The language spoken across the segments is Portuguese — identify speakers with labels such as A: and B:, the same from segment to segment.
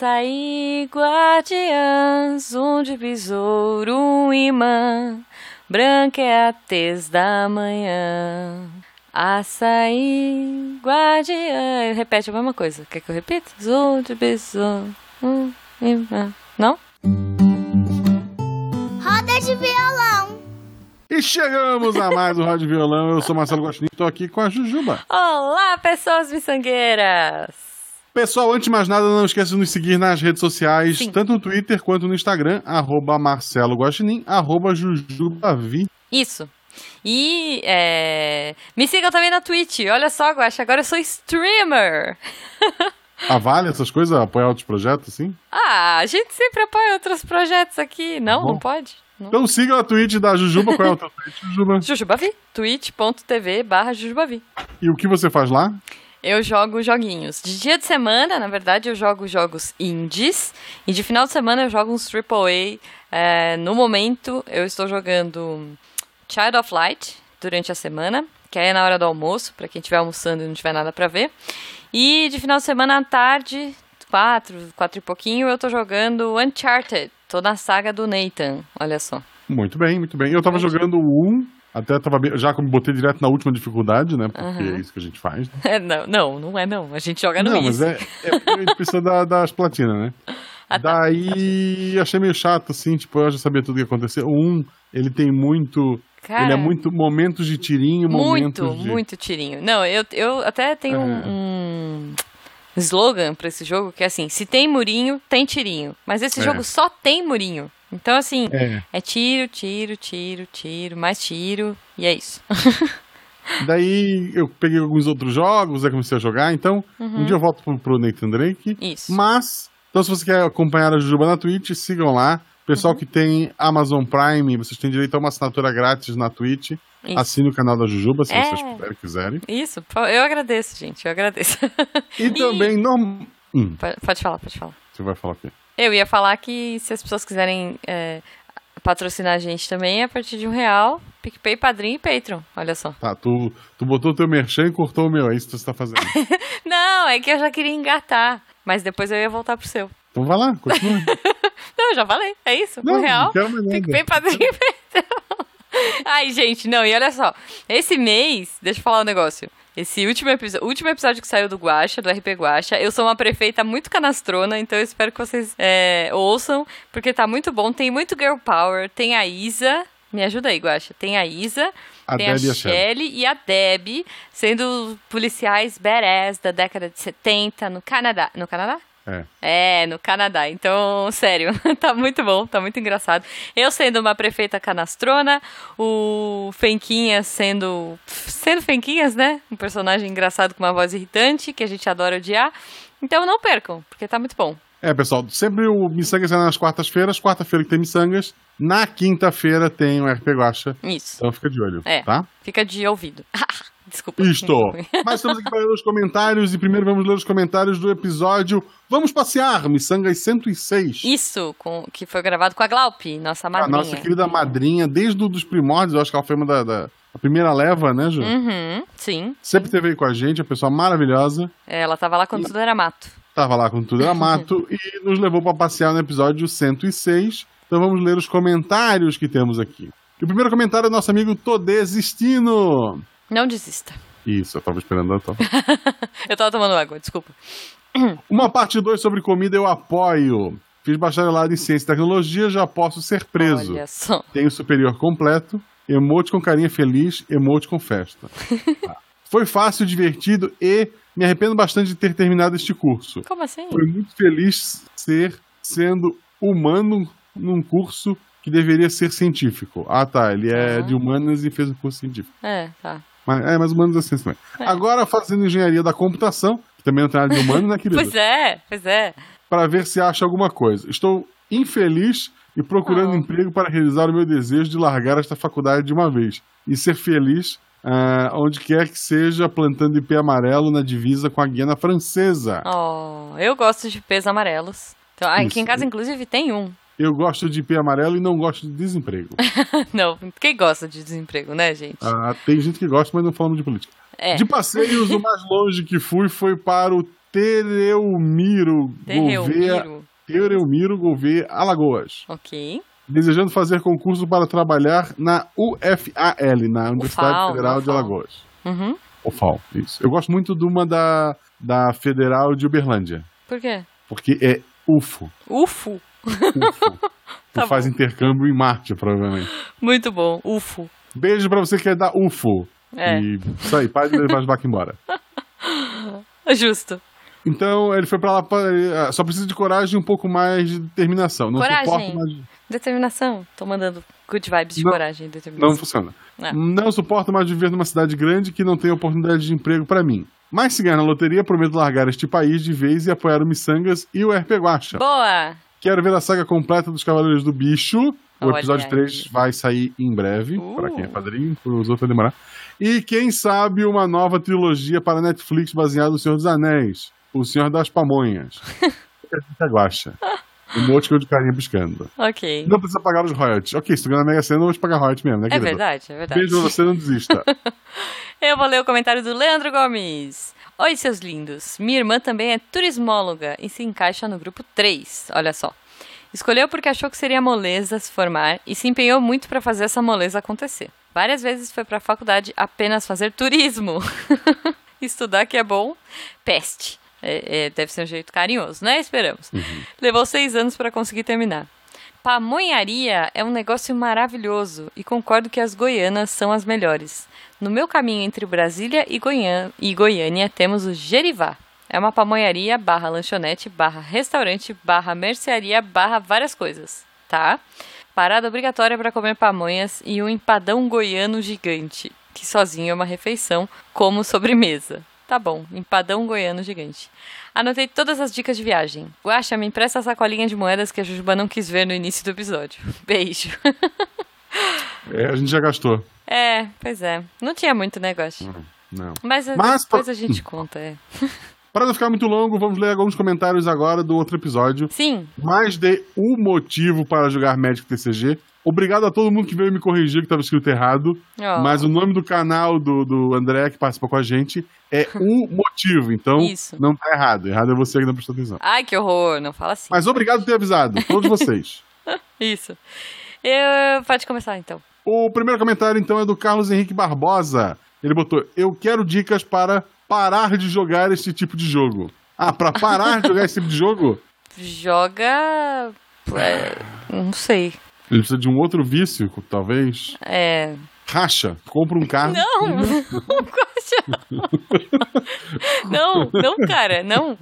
A: Açaí, guardiãs, um de besouro, um imã, branca é a tez da manhã. Açaí, guardiã. Repete a mesma coisa. Quer que eu repita? Zoom de besouro, um imã. Não?
B: Roda de violão.
C: E chegamos a mais um Rádio Violão. Eu sou Marcelo Gostinho, estou aqui com a Jujuba.
A: Olá, pessoas miçangueiras!
C: Pessoal, antes de mais nada, não esqueça de nos seguir nas redes sociais,
A: Sim.
C: tanto no Twitter quanto no Instagram, arroba Marcelo Guaxinim, arroba Jujubavi.
A: Isso. E é, me sigam também na Twitch. Olha só, Guaxa, agora eu sou streamer.
C: Avale Ah, essas coisas, apoiar outros projetos, assim.
A: Ah, a gente sempre apoia outros projetos aqui. Não,
C: Bom.
A: não pode? Não.
C: Então siga a Twitch da Jujuba, qual é o teu Twitch, Jujuba?
A: Jujubavi. twitch.tv barra Jujubavi.
C: E o que você faz lá?
A: Eu jogo joguinhos. De dia de semana, na verdade, eu jogo jogos indies. E de final de semana eu jogo uns AAA. É, no momento, eu estou jogando Child of Light durante a semana, que aí é na hora do almoço, para quem estiver almoçando e não tiver nada para ver. E de final de semana à tarde, quatro, quatro e pouquinho, eu tô jogando Uncharted. Tô na saga do Nathan, olha só.
C: Muito bem, muito bem. Eu tava jogando o 1, até tava bem, já me botei direto na última dificuldade, né? Porque
A: Aham.
C: é isso que a gente faz. né?
A: É, não, não, não é não. A gente joga no
C: Não,
A: Easy.
C: mas é, é porque a gente precisa da- das platinas, né?
A: Ah, tá.
C: Daí achei meio chato, assim, tipo, eu já sabia tudo o que ia acontecer. O 1, ele tem muito. Ele é
A: Cara.
C: muito momentos de tirinho, momentos
A: Muito,
C: de.
A: muito tirinho. Não, eu, eu até tenho um-
C: É.
A: um slogan pra esse jogo que é assim: se tem murinho, tem tirinho. Mas esse
C: É.
A: jogo só tem murinho. Então, assim,
C: É.
A: é tiro, tiro, tiro, tiro, mais tiro, e é isso.
C: Daí eu peguei alguns outros jogos, aí comecei a jogar. Então, um dia eu volto pro, pro Nathan Drake.
A: Uhum. Isso.
C: Mas, então se você quer acompanhar a Jujuba na Twitch, sigam lá. Pessoal
A: Uhum.
C: que tem Amazon Prime, vocês têm direito a uma assinatura grátis na Twitch.
A: Isso.
C: Assine o canal da Jujuba, se
A: É.
C: vocês puderem, quiserem.
A: Isso, pô, eu agradeço, gente, eu agradeço.
C: E, também, não... Hum,
A: Pode, pode falar, pode falar.
C: você vai falar o quê?
A: Eu ia falar que se as pessoas quiserem é, patrocinar a gente também, a partir de um real, PicPay, Padrim e Patreon. Olha só.
C: Tá, tu, tu botou o teu merchan e cortou o meu, é isso que você tá fazendo.
A: Não, é que eu já queria engatar, mas depois eu ia voltar pro seu.
C: Então vai lá, continua.
A: Não, já falei. É isso.
C: Não,
A: um real.
C: não quero mais
A: Fique
C: nada.
A: bem padrinho. Ai, gente, não, e olha só. Esse mês, deixa eu falar um negócio. Esse último episódio, último episódio que saiu do Guacha, do RP Guacha, eu sou uma prefeita muito canastrona, então eu espero que vocês é, ouçam, porque tá muito bom. Tem muito girl power, tem a Isa. Me ajuda aí, Guacha. Tem a Isa,
C: A
A: tem
C: Deb e
A: a
C: a Shelly.
A: Shelly e a Deb, sendo policiais badass da década de 70 no Canadá. No Canadá?
C: É.
A: É, no Canadá. Então, sério, tá muito bom, tá muito engraçado. Eu sendo uma prefeita canastrona, o Fenquinhas sendo. sendo Fenquinhas, né? Um personagem engraçado com uma voz irritante, que a gente adora odiar. Então não percam, porque tá muito bom.
C: É, pessoal, sempre o Missangas é nas quartas-feiras, quarta-feira que tem Missangas, na quinta-feira tem o RP Guacha,
A: Isso.
C: então fica de olho,
A: É.
C: tá?
A: Fica de ouvido. Desculpa.
C: Isto. Mas estamos aqui para ler os comentários e primeiro vamos ler os comentários do episódio Vamos Passear, Missangas 106.
A: Isso, com- que foi gravado com a Glaupe, nossa
C: A
A: madrinha.
C: Ah, nossa querida madrinha, desde os primórdios, eu acho que ela foi uma da, da- a primeira leva, né, Ju?
A: Uhum, sim.
C: Sempre teve aí com a gente, uma pessoa maravilhosa.
A: Ela tava lá quando tudo era mato.
C: Tava lá com tudo era mato e nos levou para passear no episódio 106. Então vamos ler os comentários que temos aqui. E o primeiro comentário é do nosso amigo Tô Desistindo.
A: Não desista.
C: Isso, eu tava esperando a tua.
A: Eu tava tomando água, desculpa.
C: Uma parte 2 sobre comida eu apoio. Fiz bacharelado em ciência e tecnologia, já posso ser preso.
A: Olha só.
C: Tenho superior completo, emote com carinha feliz, emote com festa. Tá. Foi fácil, divertido e me arrependo bastante de ter terminado este curso.
A: Como assim?
C: Foi muito feliz ser sendo humano num curso que deveria ser científico. Ah, tá. Ele é
A: Aham.
C: de humanas e fez um curso científico.
A: É, tá.
C: Mas, é, mas humanas é ciência também. Agora fazendo engenharia da computação, que também não tem nada de humano, né, querido?
A: Pois é, pois é.
C: Para ver se acha alguma coisa. Estou infeliz e procurando
A: Oh.
C: emprego para realizar o meu desejo de largar esta faculdade de uma vez e ser feliz ah, onde quer que seja, plantando IP amarelo na divisa com a Guiana Francesa.
A: Oh, eu gosto de pés amarelos. Então, ah, aqui em
C: Ah. Isso.
A: casa, inclusive, tem um.
C: Eu gosto de IP amarelo e não gosto de desemprego.
A: Não, quem gosta de desemprego, né, gente?
C: Ah, tem gente que gosta, mas não falamos de política.
A: É.
C: De passeios, o mais longe que fui foi para o Tereumiro Gouveia.
A: Terreumiro.
C: Tereumiro Gouveia Alagoas.
A: Ok.
C: Desejando fazer concurso para trabalhar na UFAL, na Universidade
A: UFAL,
C: Federal de
A: UFAL.
C: Alagoas.
A: Uhum.
C: UFAL, isso. Eu gosto muito de uma da, da Federal de Uberlândia,
A: Por quê?
C: porque é UFO.
A: Ufo.
C: UFO.
A: Tá
C: Tu faz intercâmbio em Marte, provavelmente.
A: Muito bom. Ufo.
C: Beijo pra você que é da UFO.
A: É,
C: E isso aí, para de levar as vacas embora.
A: justo.
C: Então ele foi pra lá, pra, ele, ah, só precisa de coragem e um pouco mais de determinação. Não
A: Coragem.
C: suporta, mais,
A: Determinação. Tô mandando good vibes de
C: Não.
A: coragem e
C: não
A: determinação.
C: funciona.
A: É.
C: Não suporto mais viver numa cidade grande que não tem oportunidade de emprego pra mim. Mas se ganhar na loteria, prometo largar este país de vez e apoiar o Missangas e o RP Guacha.
A: Boa!
C: Quero ver a saga completa dos Cavaleiros do Bicho. O
A: Olha
C: episódio
A: aí.
C: 3 vai sair em breve,
A: Uh.
C: pra quem é padrinho, os outros vai demorar. E quem sabe uma nova trilogia para Netflix baseada no Senhor dos Anéis, O Senhor das Pamonhas. Fica a guacha. Um monte de carinha buscando.
A: Ok.
C: Não precisa pagar os royalties. Ok, se tu ganhar na Mega Sena, eu vou te pagar royalties mesmo, né,
A: É
C: querido?
A: verdade, é verdade.
C: Beijo pra você, não desista.
A: Eu vou ler o comentário do Leandro Gomes. Oi, seus lindos. Minha irmã também é turismóloga e se encaixa no grupo 3. Olha só. Escolheu porque achou que seria moleza se formar e se empenhou muito para fazer essa moleza acontecer. Várias vezes foi para a faculdade apenas fazer turismo. Estudar que é bom, peste. É- é, deve ser um jeito carinhoso, né? Esperamos. Levou seis anos para conseguir terminar. Pamonharia é um negócio maravilhoso e concordo que as goianas são as melhores. No meu caminho entre Brasília e, Goiã- e Goiânia temos o Gerivá. É uma pamonharia barra lanchonete barra restaurante barra mercearia barra várias coisas, tá? Parada obrigatória para comer pamonhas e um empadão goiano gigante, que sozinho é uma refeição, como sobremesa. Tá bom, empadão goiano gigante. Anotei todas as dicas de viagem. Guaxa, me empresta a sacolinha de moedas que a Jujuba não quis ver no início do episódio. Beijo.
C: É, a gente já gastou.
A: É, pois é. Não tinha muito, né, Guaxa?
C: Não.
A: Mas, eh,
C: Mas,
A: depois a gente conta, é.
C: Para não ficar muito longo, vamos ler alguns comentários agora do outro episódio.
A: Sim,
C: Mas dê um motivo para jogar Magic TCG. Obrigado a todo mundo que veio me corrigir que estava escrito errado.
A: ó.
C: Mas o nome do canal do, do André, que participou com a gente, é o motivo. Então,
A: Isso.
C: não tá errado. Errado é você que não prestou atenção.
A: Ai, que horror, não fala assim.
C: Mas obrigado por ter avisado, todos vocês.
A: Isso. Eu... Pode começar, então.
C: O primeiro comentário, então, é do Carlos Henrique Barbosa. Ele botou: Eu quero dicas para parar de jogar esse tipo de jogo. Ah, para parar de jogar esse tipo de jogo?
A: Joga... é, Não sei.
C: Ele precisa de um outro vício, talvez.
A: É...
C: Racha, compra um carro.
A: Não! Guaxa! não, não, cara, não.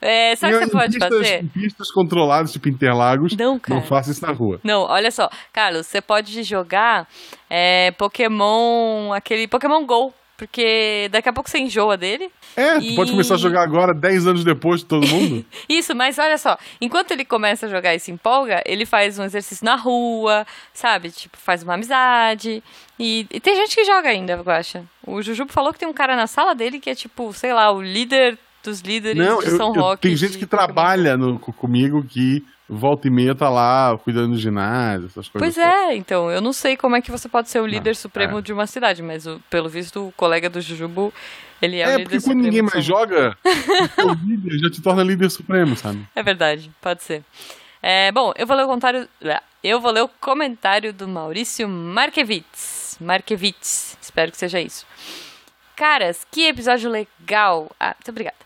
A: É, sabe o que você pode
C: pistas,
A: fazer?
C: pistas controladas, tipo Interlagos.
A: Não, cara.
C: Não faça isso na rua.
A: Não, olha só, Carlos, você pode jogar é, Pokémon, aquele Pokémon GO, porque daqui a pouco você enjoa dele.
C: É, tu
A: E-
C: pode começar a jogar agora, 10 anos depois de todo mundo.
A: Isso, mas olha só, enquanto ele começa a jogar e se empolga, ele faz um exercício na rua, sabe? Tipo, faz uma amizade. E, e tem gente que joga ainda, eu acho. O Jujubo falou que tem um cara na sala dele que é tipo, sei lá, o líder dos líderes
C: não,
A: de
C: eu,
A: São
C: eu-
A: Roque.
C: tem
A: de
C: gente que
A: Pokémon.
C: trabalha no- co- comigo que volta e meia tá lá cuidando do ginásio, essas coisas.
A: Pois é, então, eu não sei como é que você pode ser o líder
C: Não,
A: supremo
C: é.
A: de uma cidade, mas o- pelo visto o colega do Jujubo, ele é, o
C: É,
A: líder
C: porque quando
A: supremo.
C: ninguém
A: de São
C: mais joga, o líder já te torna líder supremo, sabe?
A: É verdade, pode ser. É, bom, eu vou ler o comentário. Eu vou ler o comentário do Maurício Markevitz. Markevitz, espero que seja isso. Caras, que episódio legal! Ah, muito obrigada.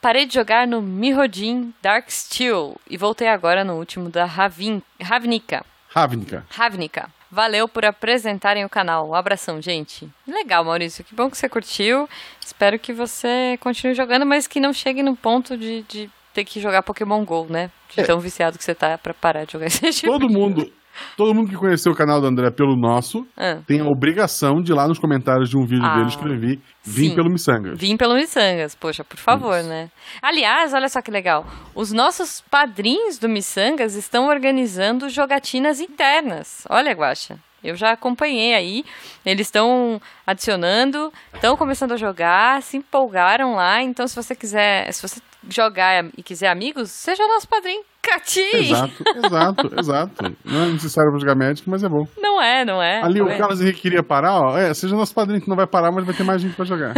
A: Parei de jogar no Mirrodin Dark Steel e voltei agora no último da Ravin, Ravnica.
C: Ravnica.
A: Ravnica. Valeu por apresentarem o canal. Um abração, gente. Legal, Maurício. Que bom que você curtiu. Espero que você continue jogando, mas que não chegue no ponto de, de ter que jogar Pokémon GO, né? De
C: É.
A: tão viciado que você tá pra parar de jogar esse tipo.
C: Todo
A: de jogo.
C: mundo, todo mundo que conheceu o canal do André pelo nosso
A: Ah,
C: tem a obrigação de ir lá nos comentários de um vídeo
A: Ah,
C: dele escrever vim
A: sim.
C: pelo Missangas.
A: vim pelo Missangas, poxa, por favor,
C: Isso.
A: né? Aliás, olha só que legal. Os nossos padrinhos do Missangas estão organizando jogatinas internas. Olha, Guaxa. Eu já acompanhei aí, eles estão adicionando, estão começando a jogar, se empolgaram lá. Então, se você quiser, se você jogar e quiser amigos, seja nosso padrinho. Cati!
C: Exato, exato, exato. Não é necessário pra jogar Magic, mas é bom.
A: Não é, não é.
C: Ali
A: Tá
C: o
A: vendo?
C: Carlos Henrique queria parar, ó. É, seja nosso padrinho que não vai parar, mas vai ter mais gente pra jogar.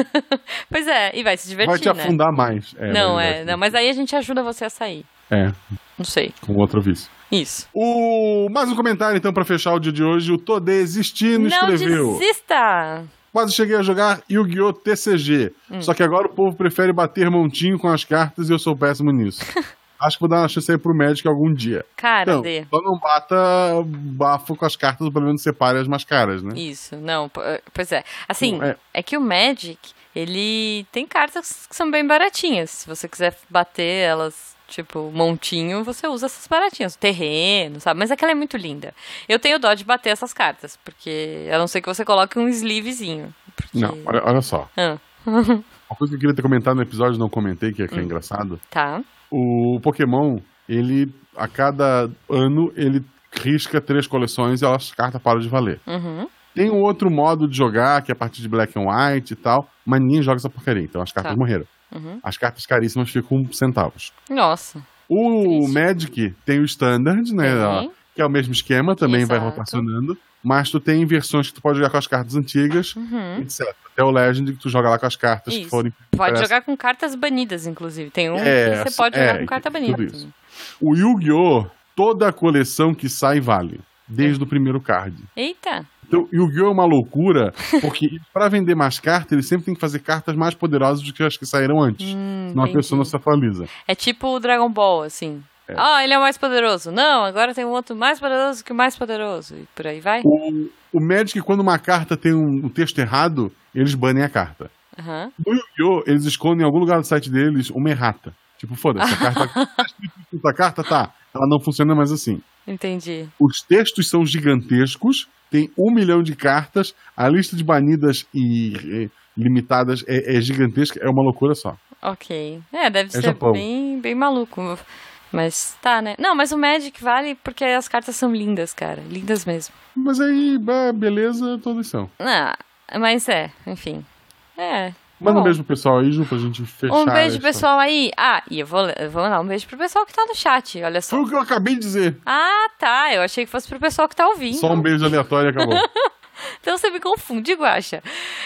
A: Pois é, e vai se divertir,
C: Vai te
A: né?
C: afundar mais. É,
A: não,
C: vai-
A: é,
C: vai-
A: não, mas aí a gente ajuda você a sair.
C: É,
A: Não sei.
C: com outro vício.
A: Isso.
C: O... Mais um comentário, então, pra fechar o dia de hoje. O Tô Desistindo
A: não
C: escreveu.
A: desista!
C: Quase cheguei a jogar Yu-Gi-Oh! TCG.
A: Hum.
C: Só que agora o povo prefere bater montinho com as cartas e eu sou péssimo nisso. Acho que vou dar uma chance aí pro médico algum dia.
A: Cara,
C: Então,
A: Dê.
C: só não bata bafo com as cartas, ou pelo menos separe as mais caras, né?
A: Isso, não, po- eh, pois é. Assim,
C: Não, é.
A: é. que o Magic, ele tem cartas que são bem baratinhas. Se você quiser bater elas, tipo, montinho, você usa essas baratinhas. Terreno, sabe? Mas aquela é muito linda. Eu tenho dó de bater essas cartas, porque a não ser que você coloque um sleevezinho. porque-
C: Não, olha, olha só.
A: Ah,
C: Uma coisa que eu queria ter comentado no episódio, não comentei, que é, que
A: Hum.
C: é engraçado.
A: tá.
C: O Pokémon, ele, a cada ano, ele risca três coleções e elas, as cartas param de valer.
A: Uhum.
C: Tem um outro modo de jogar, que é a partir de Black and White e tal, mas ninguém joga essa porcaria, então as cartas
A: Tá.
C: morreram.
A: Uhum.
C: As cartas caríssimas ficam centavos.
A: Nossa.
C: O
A: Triste.
C: Magic tem o Standard, né?
A: Uhum.
C: ó, Que é o mesmo esquema, também vai
A: Exato.
C: rotacionando. Mas tu tem versões que tu pode jogar com as cartas antigas,
A: Uhum.
C: etc. Até o Legend, que tu joga lá com as cartas que
A: Isso.
C: forem.
A: Pode
C: parece-
A: jogar com cartas banidas, inclusive. Tem um
C: É,
A: que você pode
C: é,
A: jogar com carta
C: tudo
A: banida.
C: isso. O Yu-Gi-Oh! Toda a coleção que sai vale. Desde o primeiro card.
A: Eita.
C: Então, Yu-Gi-Oh! é uma loucura, porque pra vender mais cartas, ele sempre tem que fazer cartas mais poderosas do que as que saíram antes.
A: Hum,
C: senão a
A: entendi.
C: pessoa não se atualiza.
A: É tipo o Dragon Ball, assim. Ah, ele é o mais poderoso. Não, agora tem um outro mais poderoso que o mais poderoso. E por aí vai.
C: O, o Magic, quando uma carta tem um, um texto errado, eles banem a carta.
A: Aham.
C: No Yu-Gi-Oh! eles escondem em algum lugar do site deles uma errata. Tipo, foda-se, a carta. tá escrito isso, a carta tá. Ela não funciona mais assim.
A: Entendi.
C: Os textos são gigantescos, tem um milhão de cartas, a lista de banidas e. eh, limitadas é, é gigantesca, é uma loucura só.
A: Ok. É, deve ser
C: Japão.
A: bem, bem maluco. Mas tá, né? Não, mas o Magic vale porque as cartas são lindas, cara. Lindas mesmo.
C: Mas aí, bah, beleza, todas são.
A: Ah, mas é, enfim. É.
C: Manda um
A: bom.
C: beijo pro pessoal aí, Ju, pra gente fechar.
A: Um beijo,
C: essa-
A: pessoal, aí. Ah, e eu vou, eu vou mandar um beijo pro pessoal que tá no chat, olha só.
C: Foi o que eu acabei de dizer.
A: Ah, tá. Eu achei que fosse pro pessoal que tá ouvindo.
C: Só um beijo aleatório e acabou.
A: Então você me confunde, Guaxa.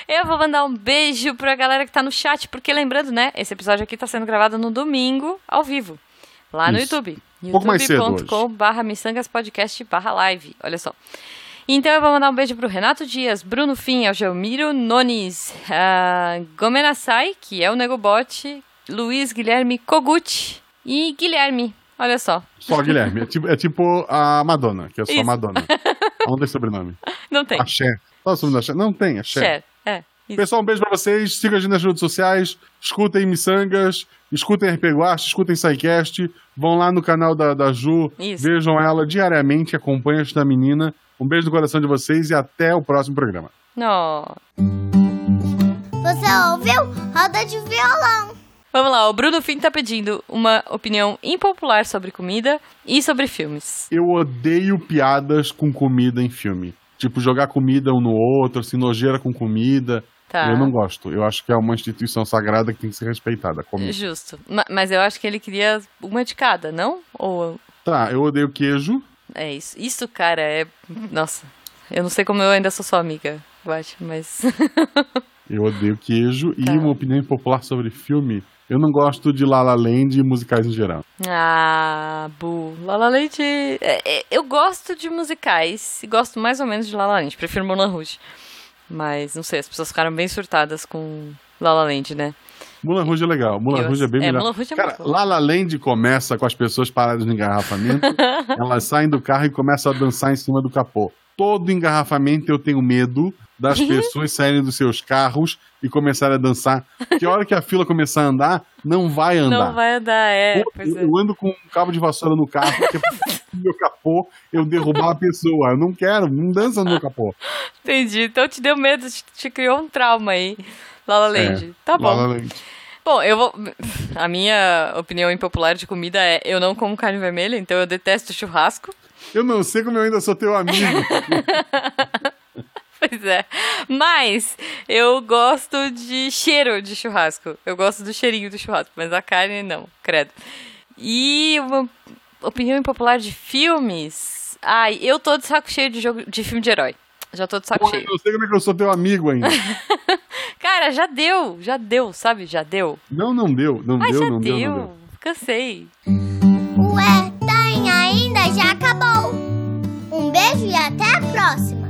A: Eu vou mandar um beijo pra galera que tá no chat, porque lembrando, né? Esse episódio aqui tá sendo gravado no domingo, ao vivo, lá no
C: Isso. Um
A: YouTube.
C: pouco mais cedo hoje.
A: youtube.com/barra miçangaspodcast barra live. Olha só. Então eu vou mandar um beijo pro Renato Dias, Bruno Fim, ao Gelmiro Nones, a Gomenassai, que é o Negobote, Luiz Guilherme Kogut e Guilherme. Olha só,
C: Só Guilherme. É tipo, é tipo a Madonna, que é só
A: Isso.
C: Madonna. Não tem sobrenome.
A: não tem.
C: Axé. Qual é o sobrenome da Axé? Não tem, Axé.
A: Share. É, isso.
C: Pessoal, um beijo pra vocês. Sigam a gente nas redes sociais. Escutem Missangas. Escutem RP Guache. Escutem SciCast. Vão lá no canal da, da Ju.
A: Isso.
C: Vejam ela diariamente. Acompanhem esta menina. Um beijo no coração de vocês e até o próximo programa.
A: Nó.
B: Você ouviu? Roda de violão.
A: Vamos lá, o Bruno Fim tá pedindo uma opinião impopular sobre comida e sobre filmes.
C: Eu odeio piadas com comida em filme. Tipo, jogar comida um no outro, assim, nojeira com comida.
A: Tá.
C: Eu não gosto. Eu acho que é uma instituição sagrada que tem que ser respeitada. Como...
A: Justo. Ma- mas eu acho que ele queria uma de cada, não? Ou
C: Tá, eu odeio queijo.
A: é isso? Isso, cara, é. Nossa, eu não sei como eu ainda sou sua amiga, eu acho, mas.
C: Eu odeio queijo. E
A: Tá.
C: uma opinião popular sobre filme. Eu não gosto de La La Land e musicais em geral.
A: ah, bu. Lala Land. é- é- eu gosto de musicais e gosto mais ou menos de Lala Land. Prefiro Moulin Rouge. Mas não sei, as pessoas ficaram bem surtadas com Lala Land, né?
C: Moulin Rouge é legal. Moulin
A: Eu-
C: Rouge é bem
A: é,
C: melhor.
A: Moulin Rouge é
C: Cara,
A: muito bom.
C: La La Land começa com as pessoas paradas no engarrafamento. elas saem do carro e começam a dançar em cima do capô. Todo engarrafamento eu tenho medo das
A: Uhum.
C: pessoas saírem dos seus carros e começarem a dançar. Que a hora que a fila começar a andar, não vai andar.
A: Não vai andar, é.
C: Eu-
A: pois é.
C: Eu ando com um cabo de vassoura no carro, porque se meu capô, eu derrubar a pessoa. Eu não quero, não dança no meu capô.
A: Entendi. Então te deu medo, te, te criou um trauma aí. Lala Land. Tá bom.
C: Lá na frente.
A: Bom, eu vou. A minha opinião impopular de comida é: eu não como carne vermelha, então eu detesto churrasco.
C: Eu não sei como eu ainda sou teu amigo.
A: Pois é. Mas eu gosto de cheiro de churrasco. Eu gosto do cheirinho do churrasco, mas a carne não, credo. E uma opinião impopular de filmes. Ai, eu tô de saco cheio de jogo de filme de herói. Já tô de saco
C: Porra, eu
A: cheio.
C: não sei como é que eu sou teu amigo ainda.
A: Cara, já deu, já deu, sabe? Já deu.
C: Não, não deu. Não
A: Ai,
C: deu,
A: já
C: não deu, não deu.
A: deu. Cansei.
B: tá Ué, tem ainda já acabou. Um beijo e até a próxima.